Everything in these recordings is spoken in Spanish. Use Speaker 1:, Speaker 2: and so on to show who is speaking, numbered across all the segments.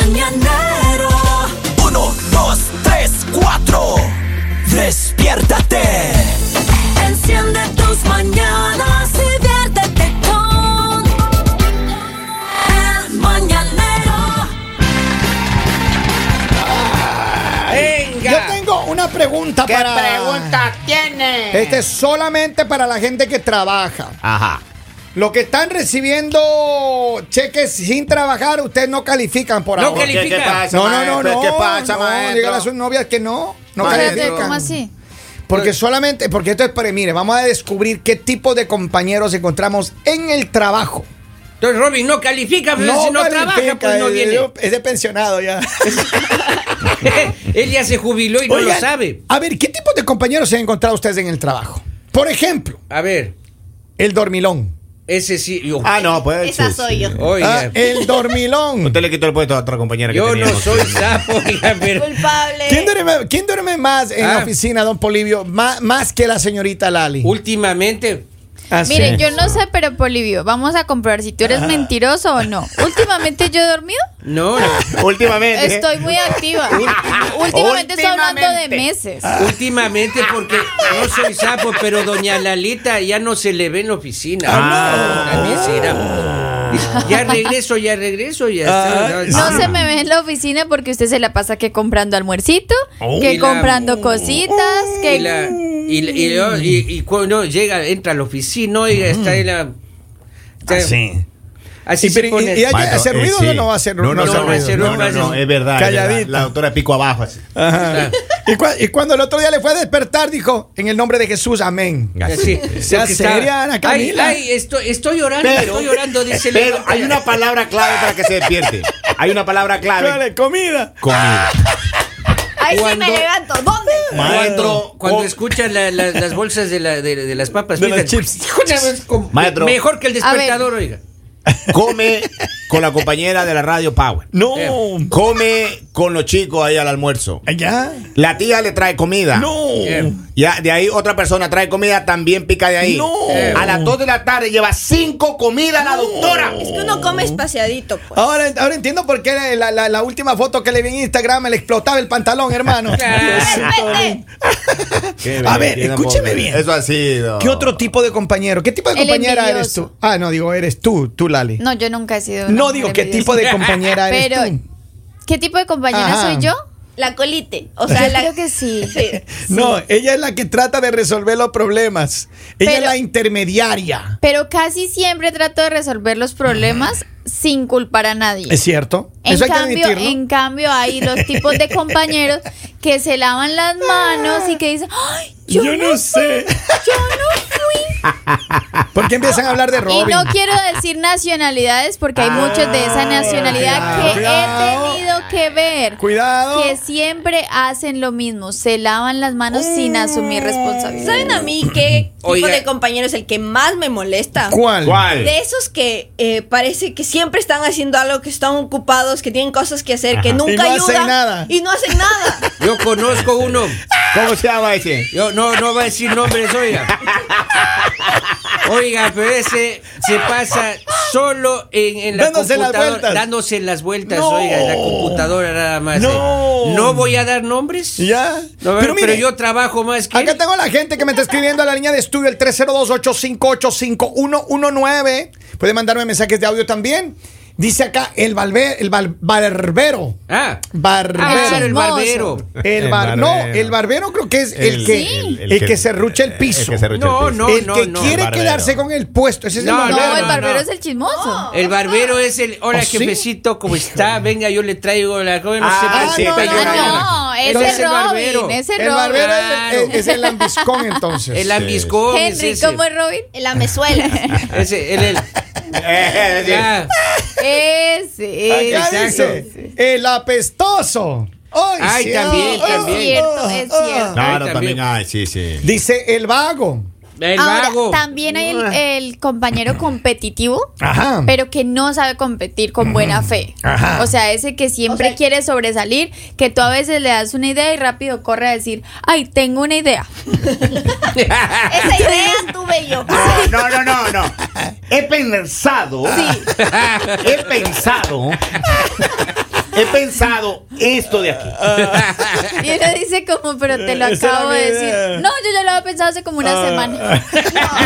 Speaker 1: mañanero. Uno, dos, tres, cuatro. Despiértate. Enciende tus mañanas y viértete con el mañanero.
Speaker 2: Venga.
Speaker 3: Yo tengo una pregunta
Speaker 2: ¿Qué
Speaker 3: para.
Speaker 2: pregunta tiene?
Speaker 3: Este es solamente para la gente que trabaja.
Speaker 2: Ajá.
Speaker 3: Los que están recibiendo cheques sin trabajar, ustedes no califican por
Speaker 2: No
Speaker 3: ahora.
Speaker 2: califican. ¿Qué pasa,
Speaker 3: no, no, no, no.
Speaker 2: ¿Qué pasa,
Speaker 3: no,
Speaker 2: maestro?
Speaker 3: dígale a sus novias que no.
Speaker 2: Espérate,
Speaker 3: No
Speaker 4: Espérate,
Speaker 2: Maestro.
Speaker 3: califican.
Speaker 4: ¿cómo así?
Speaker 3: Porque solamente, porque esto es para, mire, vamos a descubrir qué tipo de compañeros encontramos en el trabajo.
Speaker 2: Entonces Robin no califica, pues, si no trabaja,
Speaker 3: califica,
Speaker 2: pues no
Speaker 3: eh,
Speaker 2: viene.
Speaker 3: Es de pensionado ya.
Speaker 2: Él ya se jubiló y no
Speaker 3: Oigan,
Speaker 2: lo sabe.
Speaker 3: A ver, ¿qué tipo de compañeros se han encontrado ustedes en el trabajo? Por ejemplo,
Speaker 2: A ver,
Speaker 3: el dormilón.
Speaker 2: ese sí. yo-
Speaker 5: Ah, no, pues.
Speaker 4: Esa
Speaker 5: sí,
Speaker 4: soy
Speaker 5: sí.
Speaker 4: yo.
Speaker 2: Oiga,
Speaker 3: Ah, el dormilón.
Speaker 5: Usted le quitó el puesto a otra compañera que
Speaker 2: yo
Speaker 5: tenía.
Speaker 2: no soy sapo, oiga, pero.
Speaker 4: Culpable.
Speaker 3: ¿Quién duerme, quién duerme más en la
Speaker 2: Ah.
Speaker 3: oficina, don Polivio? Má- más que la señorita Lali.
Speaker 2: Últimamente,
Speaker 5: Ah,
Speaker 3: Así
Speaker 4: Miren,
Speaker 3: es.
Speaker 4: yo no sé, pero Polivio, vamos a comprobar si tú eres
Speaker 3: Ah.
Speaker 4: mentiroso o no. Últimamente yo he dormido.
Speaker 2: no, no.
Speaker 5: Últimamente. ¿eh?
Speaker 4: Estoy muy activa. Últimamente estoy hablando de meses.
Speaker 3: Ah,
Speaker 2: Últimamente, porque no soy sapo, pero doña Lalita ya no se le ve en la oficina.
Speaker 5: Ah, no.
Speaker 2: También se era. Ya regreso, ya regreso, ya está.
Speaker 4: No se me ve en la oficina porque usted se la pasa que comprando almuercito,
Speaker 5: Oh.
Speaker 2: Y
Speaker 4: que
Speaker 2: la-
Speaker 4: comprando cositas,
Speaker 2: Y,
Speaker 4: que
Speaker 2: la- y la- y la- y- y cuando llega, entra a la oficina, oiga, está en la. está-
Speaker 5: Así.
Speaker 2: Así
Speaker 3: Ah, Y
Speaker 2: se
Speaker 3: pero- y-
Speaker 2: pone.
Speaker 3: y hay-
Speaker 5: Ah, Maestro,
Speaker 3: hace
Speaker 5: eh,
Speaker 3: ruido
Speaker 5: sí.
Speaker 3: o no hace ruido?
Speaker 5: No, no,
Speaker 2: No, no
Speaker 5: no,
Speaker 2: hace ruido,
Speaker 5: no, no, no,
Speaker 2: hace-
Speaker 5: es verdad.
Speaker 3: Calladito.
Speaker 5: La, la doctora pico abajo así.
Speaker 3: Ajá. ¿Y, cua- y cuando el otro día le fue a despertar, dijo, en el nombre de Jesús, amén.
Speaker 2: Así.
Speaker 3: Sea
Speaker 2: Porque
Speaker 3: seria, Ana Camila.
Speaker 2: Ay, ay, estoy, estoy llorando, estoy llorando, dice la
Speaker 5: pero
Speaker 2: doctora.
Speaker 5: hay una palabra clave para que se despierte. Hay una palabra clave.
Speaker 3: Dale, comida.
Speaker 5: Comida.
Speaker 4: Ahí sí
Speaker 2: Cuando-
Speaker 4: me levanto. ¿Dónde?
Speaker 2: Cuando,
Speaker 5: Maestro,
Speaker 2: cuando
Speaker 5: com-
Speaker 2: escuchan la- la- las bolsas de, la- de- de las papas
Speaker 3: De las
Speaker 2: fritas.
Speaker 3: chips.
Speaker 2: Hijo de la vez, como-
Speaker 5: Maestro.
Speaker 2: Mejor que el
Speaker 4: A ver.
Speaker 2: despertador, oiga.
Speaker 5: come con la compañera de la radio Power.
Speaker 3: No.
Speaker 2: Eh.
Speaker 5: Come con los chicos ahí al almuerzo.
Speaker 3: Allá.
Speaker 5: La tía le trae comida.
Speaker 3: Oh.
Speaker 2: Eh,
Speaker 5: Ya, de ahí otra persona trae comida, también pica de ahí.
Speaker 3: No.
Speaker 5: A las 2 de la tarde lleva cinco comidas la doctora.
Speaker 6: Es que uno come espaciadito, pues.
Speaker 3: Ahora, ahora entiendo por qué la, la- la última foto que le vi en Instagram le explotaba el pantalón, hermano.
Speaker 4: Eh, Vete.
Speaker 3: A ver, escúcheme bien.
Speaker 5: Eso ha sido.
Speaker 3: ¿Qué otro tipo de compañero? ¿Qué tipo de
Speaker 4: El
Speaker 3: compañera eres
Speaker 4: envidioso.
Speaker 3: tú? Ah, no, digo, eres tú, tú, Lali. No,
Speaker 4: No, yo nunca he sido. una
Speaker 3: digo,
Speaker 4: mujer
Speaker 3: ¿qué tipo
Speaker 4: envidiosa.
Speaker 3: de compañera eres
Speaker 4: Pero,
Speaker 3: tú?
Speaker 4: ¿qué tipo de compañera
Speaker 3: Ajá.
Speaker 4: soy yo?
Speaker 6: La colite. O
Speaker 4: Yo
Speaker 6: sea, la.
Speaker 4: creo que sí.
Speaker 3: No, ella es la que trata de resolver los problemas. Ella es
Speaker 4: Pero-
Speaker 3: la intermediaria.
Speaker 4: Pero casi siempre trato de resolver los problemas sin culpar a nadie.
Speaker 3: ¿Es cierto?
Speaker 4: En
Speaker 3: Eso hay
Speaker 4: cambio,
Speaker 3: que admitirlo.
Speaker 4: en cambio hay los tipos de compañeros que se lavan las manos y que dicen, "Ay, yo, no,
Speaker 3: sé.
Speaker 4: yo no fui".
Speaker 3: ¿Por qué empiezan a hablar de Robin? Ah,
Speaker 4: Y no quiero decir nacionalidades porque hay muchos de esa nacionalidad
Speaker 3: cuidado,
Speaker 4: que
Speaker 3: cuidado.
Speaker 4: he tenido que ver.
Speaker 3: Cuidado.
Speaker 4: Que siempre hacen lo mismo, se lavan las manos
Speaker 3: Mm.
Speaker 4: sin asumir responsabilidad.
Speaker 6: ¿Saben a mí qué tipo
Speaker 2: Oiga.
Speaker 6: de compañero es el que más me molesta?
Speaker 3: ¿Cuál?
Speaker 5: ¿Cuál?
Speaker 6: De esos que eh, parece que siempre están haciendo algo, que están ocupados, que tienen cosas que hacer, que nunca
Speaker 3: Y no
Speaker 6: ayudan.
Speaker 3: hacen nada.
Speaker 6: Y no hacen nada.
Speaker 2: Yo conozco uno.
Speaker 5: ¿Cómo se llama ese?
Speaker 2: Yo no, no va a decir nombres, oiga. Oiga, pero ese se pasa solo en, en la
Speaker 3: Dándose las
Speaker 2: computadora.
Speaker 3: vueltas.
Speaker 2: dándose las vueltas,
Speaker 3: No.
Speaker 2: oiga, en la computadora nada más.
Speaker 3: No.
Speaker 2: eh. No voy a dar nombres.
Speaker 3: Ya.
Speaker 2: No,
Speaker 3: Pero
Speaker 2: pero,
Speaker 3: mire,
Speaker 2: yo trabajo más que.
Speaker 3: Acá
Speaker 2: él.
Speaker 3: tengo la gente que me está escribiendo a la línea de estudio, el 302-858-5119. Puede mandarme mensajes de audio también. Dice acá el, balbe- el bal- barbero.
Speaker 2: Ah.
Speaker 3: Barbero.
Speaker 2: Ah, claro, el
Speaker 4: Hermoso.
Speaker 2: barbero.
Speaker 3: El
Speaker 5: El
Speaker 3: bar- no,
Speaker 5: barbero.
Speaker 3: el barbero creo que es el, que, el, que, se rucha el piso.
Speaker 5: que
Speaker 3: El
Speaker 5: se
Speaker 3: que,
Speaker 5: rucha
Speaker 2: No,
Speaker 5: el piso.
Speaker 2: no, no, no.
Speaker 3: quiere
Speaker 5: el barbero.
Speaker 3: quedarse con el puesto. Ese es
Speaker 2: No,
Speaker 3: el
Speaker 4: No,
Speaker 3: barbero.
Speaker 4: el barbero
Speaker 2: no.
Speaker 4: es el chismoso.
Speaker 2: El barbero es el. Hola,
Speaker 3: ¿Oh, sí?
Speaker 2: jefecito, ¿cómo está? Venga, yo le traigo la joven. No
Speaker 5: Ah,
Speaker 2: se
Speaker 5: no,
Speaker 2: presenta, yo
Speaker 5: no,
Speaker 2: la llamo.
Speaker 4: no, ese
Speaker 2: Entonces, el
Speaker 4: Robin,
Speaker 2: barbero.
Speaker 4: ese
Speaker 3: El barbero es-
Speaker 2: Claro.
Speaker 3: es, es el lambiscón entonces.
Speaker 2: El
Speaker 3: Oh,
Speaker 2: ambiscón. es
Speaker 4: Henry,
Speaker 2: ese.
Speaker 4: ¿cómo es Robin?
Speaker 6: La mezuela.
Speaker 2: Ese, el- el-
Speaker 5: Eh, eh, eh.
Speaker 2: Ah,
Speaker 4: Ese,
Speaker 3: Acá
Speaker 4: ese.
Speaker 3: Ah, dice, el apestoso. Ay,
Speaker 2: Ay,
Speaker 3: sí,
Speaker 2: también,
Speaker 3: ah,
Speaker 4: Es
Speaker 2: también.
Speaker 4: cierto, eh. es cierto.
Speaker 5: No,
Speaker 2: Ay,
Speaker 5: no,
Speaker 2: también.
Speaker 5: también hay, sí, sí.
Speaker 3: Dice el vago.
Speaker 2: el
Speaker 4: Ahora,
Speaker 2: vago.
Speaker 4: también hay el, el compañero competitivo,
Speaker 3: Ajá.
Speaker 4: pero que no sabe competir con buena fe.
Speaker 3: Ajá.
Speaker 4: O sea, ese que siempre
Speaker 6: O sea-
Speaker 4: quiere sobresalir, que tú a veces le das una idea y rápido corre a decir, ay, tengo una idea.
Speaker 6: Esa idea tuve yo.
Speaker 5: No, no, no, no. He pensado. He pensado he pensado esto de aquí.
Speaker 4: Y uno dice como, pero te lo
Speaker 7: Esa
Speaker 4: acabo
Speaker 7: era
Speaker 4: de
Speaker 7: mi
Speaker 4: decir.
Speaker 7: idea.
Speaker 4: No, yo ya lo había pensado hace como una semana.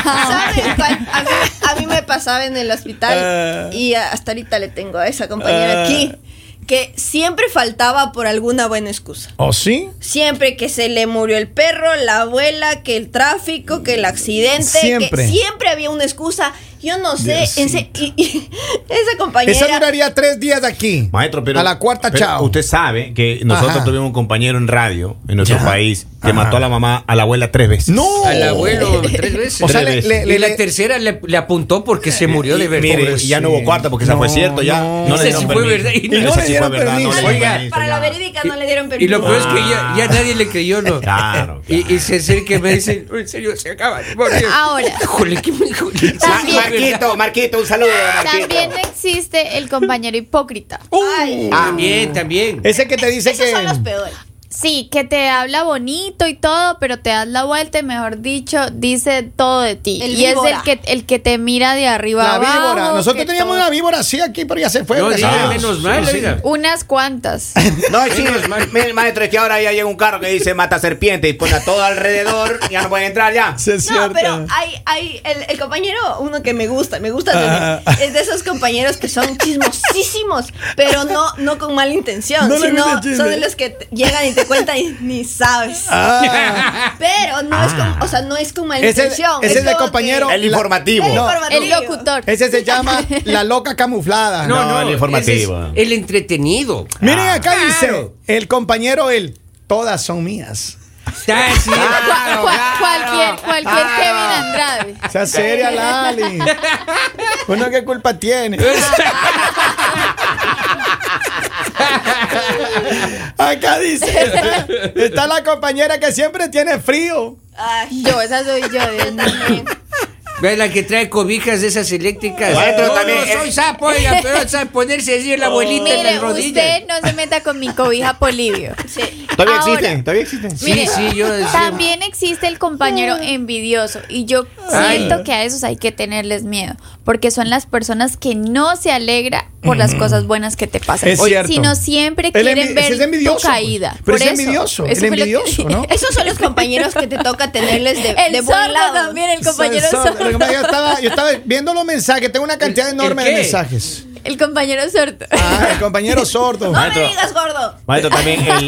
Speaker 6: ¿Saben cuál? A mí, a mí me pasaba en el
Speaker 2: Ah.
Speaker 6: hospital y hasta ahorita le tengo a esa compañera aquí que siempre faltaba por alguna buena excusa.
Speaker 7: ¿O sí?
Speaker 6: Siempre que se le murió el perro, la abuela, que el tráfico, que el accidente,
Speaker 7: Siempre.
Speaker 6: que siempre había una excusa. Yo no sé, en se- y- y- esa
Speaker 3: Esa
Speaker 6: compañera
Speaker 3: duraría tres días aquí.
Speaker 8: Maestro, pero.
Speaker 3: A la cuarta,
Speaker 8: pero
Speaker 3: chao.
Speaker 8: Usted sabe que nosotros
Speaker 3: Ajá.
Speaker 8: tuvimos un compañero en radio en nuestro país que mató a la mamá, a la abuela tres veces. Eh,
Speaker 7: No.
Speaker 2: Al abuelo tres veces.
Speaker 8: O sea, le-
Speaker 2: Tres
Speaker 3: le-
Speaker 2: veces.
Speaker 3: le-
Speaker 2: y la
Speaker 3: le-
Speaker 2: tercera le, le apuntó porque se murió de
Speaker 8: Mire,
Speaker 2: vergüenza.
Speaker 5: pues,
Speaker 8: y ya no hubo cuarta porque esa
Speaker 3: No,
Speaker 8: fue cierto. Ya
Speaker 3: no.
Speaker 8: no, le
Speaker 2: Esa
Speaker 8: dieron
Speaker 2: sí fue
Speaker 8: permiso.
Speaker 2: verdad. Y no
Speaker 8: Esa
Speaker 3: le
Speaker 8: sí
Speaker 3: dieron
Speaker 8: fue verdad, no le
Speaker 2: permiso.
Speaker 8: dieron
Speaker 2: Oiga,
Speaker 8: permiso,
Speaker 6: para
Speaker 8: ya.
Speaker 6: la verídica no le dieron
Speaker 2: Y
Speaker 6: permiso.
Speaker 2: lo peor es que ya,
Speaker 8: Ah.
Speaker 2: ya nadie le creyó, ¿no?
Speaker 8: Claro,
Speaker 2: Y, y se acerca y me dice, "Uy, en serio, se acaba de morir.
Speaker 4: Ahora.
Speaker 2: Híjole, ¿qué me dijo?
Speaker 5: Ma-
Speaker 4: También.
Speaker 5: Marquito, Marquito, un saludo.
Speaker 3: Ah,
Speaker 5: Marquito.
Speaker 4: También
Speaker 3: ¿eh?
Speaker 4: existe el compañero hipócrita.
Speaker 6: Ay,
Speaker 8: Ah.
Speaker 2: También, también.
Speaker 8: Eh,
Speaker 3: Ese que te dice
Speaker 6: esos
Speaker 3: Uh, que.
Speaker 6: son los peores.
Speaker 4: Sí, que te habla bonito y todo, pero te das la vuelta y mejor dicho, dice todo de ti.
Speaker 6: El
Speaker 4: y
Speaker 6: víbora.
Speaker 4: es el que, el que te mira de arriba
Speaker 3: La
Speaker 4: abajo.
Speaker 3: víbora.
Speaker 4: que
Speaker 3: Nosotros teníamos
Speaker 4: todo.
Speaker 3: una víbora así aquí, pero ya se fue.
Speaker 2: No,
Speaker 3: gracias a
Speaker 2: diga,
Speaker 3: Dios.
Speaker 2: menos mal, oiga.
Speaker 4: Unas cuantas.
Speaker 5: No, sí, mire, maestro, es que ahora ya llega un carro que dice mata serpiente y pone a todo alrededor y ya no pueden entrar ya.
Speaker 7: Sí, es
Speaker 6: No,
Speaker 7: cierto.
Speaker 6: pero hay, hay el, el compañero, uno que me gusta, me gusta también,
Speaker 7: Ah.
Speaker 6: es de esos compañeros que son chismosísimos, pero no, no con mala intención,
Speaker 7: No le gusta
Speaker 6: sino
Speaker 7: el chisme.
Speaker 6: son de los que te- llegan y te cuentan y ni sabes. Pero no es con, o sea, no es con mala
Speaker 3: Ese-
Speaker 6: intención.
Speaker 3: ese es de
Speaker 6: como
Speaker 3: compañero.
Speaker 6: que-
Speaker 5: El informativo.
Speaker 6: El
Speaker 3: No.
Speaker 6: informativo.
Speaker 4: El locutor.
Speaker 3: Ese se llama la loca camuflada.
Speaker 8: No, el
Speaker 2: ese es
Speaker 8: informativo.
Speaker 2: El entretenido.
Speaker 3: Miren acá dice
Speaker 2: claro.
Speaker 3: el compañero el todas son mías.
Speaker 2: Ah, sí.
Speaker 4: Cua- cualquier cualquier
Speaker 3: Ah.
Speaker 4: Kevin Andrade.
Speaker 3: Sea seria, Lali. Uno qué culpa tiene. Acá dice, está, está la compañera que siempre tiene frío.
Speaker 6: Ay,
Speaker 4: Yo, esa soy yo. Dios
Speaker 6: yo
Speaker 4: mío.
Speaker 6: también.
Speaker 2: ¿Ves la que trae cobijas de esas eléctricas?
Speaker 5: Maestro,
Speaker 2: no,
Speaker 5: también
Speaker 2: no,
Speaker 3: eh,
Speaker 5: es-
Speaker 2: soy sapo, oiga, pero sabe ponerse así la abuelita en
Speaker 4: Mire,
Speaker 2: las rodillas.
Speaker 4: usted no se meta con mi cobija Polivio.
Speaker 6: Sí.
Speaker 5: Todavía
Speaker 4: Ahora,
Speaker 5: existen, todavía existen.
Speaker 2: Sí, sí, yo decía-
Speaker 4: También existe el compañero envidioso y yo
Speaker 2: Ay.
Speaker 4: siento que a esos hay que tenerles miedo porque son las personas que no se alegra por las cosas buenas que te pasan,
Speaker 3: Mm. Es cierto.
Speaker 4: sino siempre
Speaker 3: El envi-
Speaker 4: quieren
Speaker 3: ese
Speaker 4: ver
Speaker 3: es envidioso,
Speaker 4: tu caída.
Speaker 3: pues. Pero
Speaker 4: por
Speaker 3: ese
Speaker 4: eso,
Speaker 3: es envidioso, el
Speaker 4: eso fue lo que
Speaker 3: envidioso,
Speaker 4: dije.
Speaker 3: ¿no?
Speaker 6: Esos son los compañeros que te toca tenerles de,
Speaker 4: El
Speaker 6: de buen
Speaker 4: sordo
Speaker 6: lado.
Speaker 4: también, el compañero
Speaker 3: Son- son-
Speaker 4: sordo.
Speaker 3: Yo estaba, yo estaba viendo los mensajes, tengo una cantidad
Speaker 2: ¿El- el
Speaker 3: enorme de
Speaker 2: qué?
Speaker 3: mensajes.
Speaker 4: El compañero sordo.
Speaker 3: Ah, el compañero sordo.
Speaker 6: No
Speaker 8: Maestro.
Speaker 6: me digas gordo.
Speaker 8: Maestro, también el.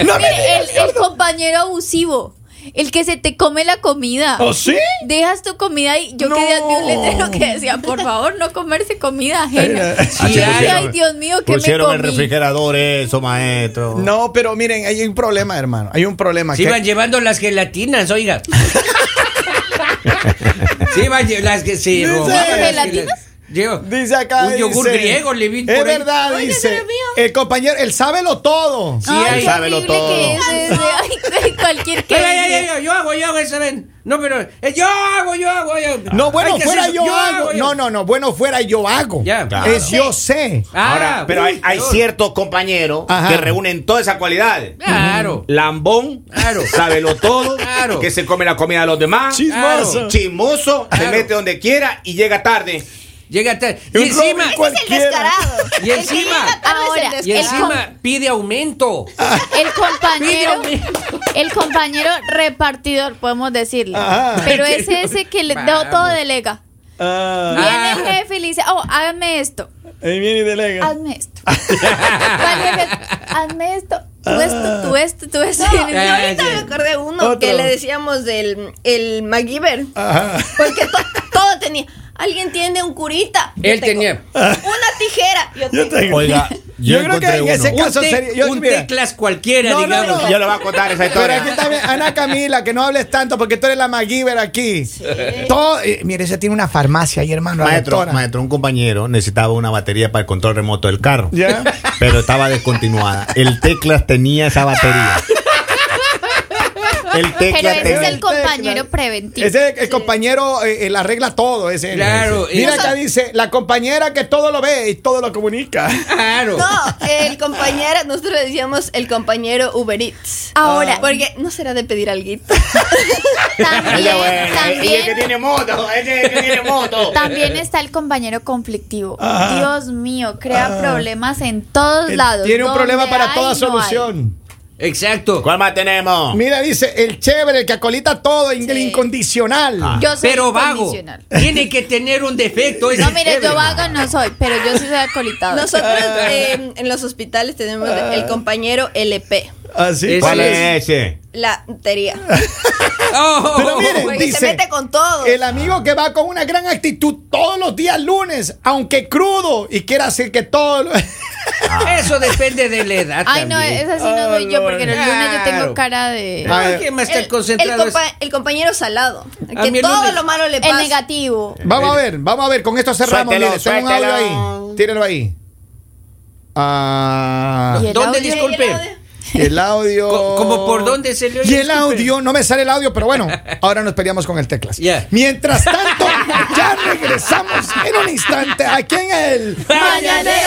Speaker 4: Mire, el, el compañero abusivo. El que se te come la comida.
Speaker 3: Oh,
Speaker 7: ¿O sí?
Speaker 4: Dejas tu comida y yo quedé ante un letrero que decía, por favor, no comerse comida ajena.
Speaker 8: Así
Speaker 4: Y ay,
Speaker 8: pusieron-
Speaker 4: ay, Dios mío, que me
Speaker 8: Pusieron el
Speaker 4: comí.
Speaker 8: refrigerador, eso, maestro.
Speaker 3: No, pero miren, hay un problema, hermano. Hay un problema.
Speaker 2: Se
Speaker 3: que-
Speaker 2: iban llevando las gelatinas, oiga. Se iban lle- las que se
Speaker 3: Dice-
Speaker 2: robaban las
Speaker 4: ¿Gelatinas?
Speaker 2: gela- Llevo-
Speaker 3: Dice acá.
Speaker 2: Un yogur
Speaker 3: dice,
Speaker 2: griego le vi
Speaker 3: Es
Speaker 2: por ahí.
Speaker 3: verdad,
Speaker 6: Oiga,
Speaker 3: dice.
Speaker 6: señor mío.
Speaker 3: El compañero, él sábelo todo.
Speaker 2: Sí,
Speaker 4: Ay,
Speaker 2: hay-
Speaker 4: qué
Speaker 8: sábelo
Speaker 4: horrible
Speaker 8: todo.
Speaker 4: que es ese. Ay, cualquier que
Speaker 2: Ay, ay, ay,
Speaker 4: dice.
Speaker 2: ay, yo hago, yo hago, esa ven. No, pero eh, yo hago, yo hago, yo hago.
Speaker 3: No,
Speaker 2: Hay
Speaker 3: bueno,
Speaker 2: que
Speaker 3: fuera
Speaker 2: hacer-
Speaker 3: yo, hago.
Speaker 2: yo-
Speaker 3: No, no, no, bueno, fuera yo hago.
Speaker 2: Ya.
Speaker 8: Claro.
Speaker 3: Es yo sé.
Speaker 2: Ah,
Speaker 5: Ahora, pero hay,
Speaker 2: uy,
Speaker 5: hay
Speaker 2: peor.
Speaker 5: ciertos compañeros
Speaker 3: Ajá.
Speaker 5: que reúnen todas esas cualidades.
Speaker 2: Claro.
Speaker 5: Lambón,
Speaker 2: Claro.
Speaker 5: sábelo todo,
Speaker 2: Claro.
Speaker 5: que se come la comida de los demás,
Speaker 7: Chismoso.
Speaker 5: Claro. chismoso, se
Speaker 2: Claro.
Speaker 5: mete donde quiera y llega tarde.
Speaker 2: Llega tarde.
Speaker 3: Un
Speaker 2: Y encima,
Speaker 3: Robin
Speaker 6: Ese es el
Speaker 3: Cualquiera.
Speaker 6: descarado.
Speaker 2: y encima,
Speaker 4: Ahora,
Speaker 2: y
Speaker 4: el,
Speaker 2: encima pide aumento.
Speaker 4: com- el compañero,
Speaker 2: Pide
Speaker 4: el compañero repartidor, podemos decirle.
Speaker 3: Ajá.
Speaker 4: Pero es ese que le
Speaker 2: Vamos.
Speaker 4: todo delega.
Speaker 7: Ah,
Speaker 4: Viene
Speaker 2: Ah.
Speaker 4: el jefe y le dice, oh, hágame esto.
Speaker 7: ahí viene y delega.
Speaker 4: hazme esto. Vale, jefe, hazme esto. Tú esto, tú esto, tú esto.
Speaker 6: No,
Speaker 4: Y
Speaker 6: yo
Speaker 4: yo,
Speaker 6: ahorita me acordé uno
Speaker 7: Otro.
Speaker 6: que le decíamos del el MacGyver.
Speaker 3: Ajá.
Speaker 6: Porque to- todo tenía. Alguien tiene un curita. Yo
Speaker 2: Él
Speaker 6: tengo.
Speaker 2: tenía.
Speaker 6: Una tijera. Yo
Speaker 7: Yo
Speaker 6: tengo.
Speaker 7: tengo.
Speaker 8: Oiga,
Speaker 3: Yo,
Speaker 8: yo,
Speaker 3: creo que
Speaker 8: encontré
Speaker 3: en
Speaker 8: uno.
Speaker 3: ese caso
Speaker 2: Te-
Speaker 3: sería. Yo,
Speaker 2: un
Speaker 3: mira,
Speaker 2: teclas cualquiera,
Speaker 3: No, no,
Speaker 2: digamos.
Speaker 3: no.
Speaker 5: Yo le voy a contar esa
Speaker 3: pero
Speaker 5: historia.
Speaker 3: aquí también, Ana Camila, que no hables tanto porque tú eres la MacGyver aquí. Todo, eh, mire, ese tiene una farmacia ahí, hermano. la
Speaker 8: Maestro,
Speaker 3: doctora.
Speaker 8: maestro, un compañero necesitaba una batería para el control remoto del carro.
Speaker 3: Ya.
Speaker 8: Pero estaba descontinuada. El teclas tenía esa batería. El
Speaker 4: Pero
Speaker 8: tecla
Speaker 4: ese
Speaker 8: tecla.
Speaker 4: es el compañero preventivo.
Speaker 3: Ese el compañero eh, él arregla todo. Ese,
Speaker 2: Claro,
Speaker 3: Mira,
Speaker 2: y-
Speaker 3: acá dice, la compañera que todo lo ve y todo lo comunica.
Speaker 2: Claro.
Speaker 6: No, el compañero, nosotros le decíamos el compañero Uber Eats. Ah.
Speaker 4: Ahora,
Speaker 6: Porque no será de pedir alguito.
Speaker 4: también,
Speaker 5: Ya, bueno, Y el que
Speaker 4: también,
Speaker 5: tiene moto, ese es el que tiene moto.
Speaker 4: también está el compañero conflictivo. Dios mío, crea problemas en todos
Speaker 3: Él
Speaker 4: lados.
Speaker 3: Eh, Tiene un
Speaker 4: Donde
Speaker 3: problema para
Speaker 4: hay,
Speaker 3: toda
Speaker 4: no hay.
Speaker 3: solución.
Speaker 2: Exacto.
Speaker 5: ¿Cuál más tenemos?
Speaker 3: Mira, dice, el chévere, el que acolita todo, in-
Speaker 4: Sí.
Speaker 3: el incondicional.
Speaker 5: Ah.
Speaker 4: Yo soy
Speaker 2: Pero vago.
Speaker 4: incondicional.
Speaker 2: Tiene que tener un defecto. ese
Speaker 4: No, mire,
Speaker 2: chévere.
Speaker 4: yo vago no soy, pero yo sí soy acolitado.
Speaker 6: Nosotros eh, en los hospitales tenemos el compañero LP,
Speaker 3: Así.
Speaker 2: Es-
Speaker 5: ¿Cuál es ese?
Speaker 6: la tería.
Speaker 2: Oh,
Speaker 3: Pero mire,
Speaker 6: Porque se
Speaker 3: dice,
Speaker 6: mete con todo.
Speaker 3: el amigo que va con una gran actitud todos los días lunes, aunque crudo, y quiere hacer que todo... lo-
Speaker 2: Eso depende de la edad.
Speaker 4: Ay, no,
Speaker 2: también.
Speaker 4: esa sí no soy yo, porque los lunes yo
Speaker 2: Claro.
Speaker 4: tengo cara de.
Speaker 3: Ah,
Speaker 2: Ay, que más está
Speaker 6: El-
Speaker 2: concentrado.
Speaker 6: el, compa- el compañero salado,
Speaker 2: A
Speaker 6: que
Speaker 2: mí el
Speaker 6: todo
Speaker 2: lunes-
Speaker 6: lo malo le
Speaker 4: El
Speaker 6: pasa.
Speaker 4: negativo.
Speaker 3: Vamos a ver, vamos a ver, con esto cerramos.
Speaker 5: Suéltelo,
Speaker 3: Mire, tengo un audio
Speaker 5: suéltelo.
Speaker 3: ahí. Tírenlo ahí. Ah,
Speaker 4: Y el
Speaker 2: ¿Dónde,
Speaker 4: audio-
Speaker 2: disculpe?
Speaker 3: y el audio.
Speaker 2: Co- como por dónde se le oye,
Speaker 3: Y el
Speaker 2: disculpe.
Speaker 3: audio, no me sale el audio, pero bueno, ahora nos peleamos con el teclas.
Speaker 2: Ya.
Speaker 3: Mientras tanto, ya regresamos en un instante aquí en el
Speaker 2: Mañanero.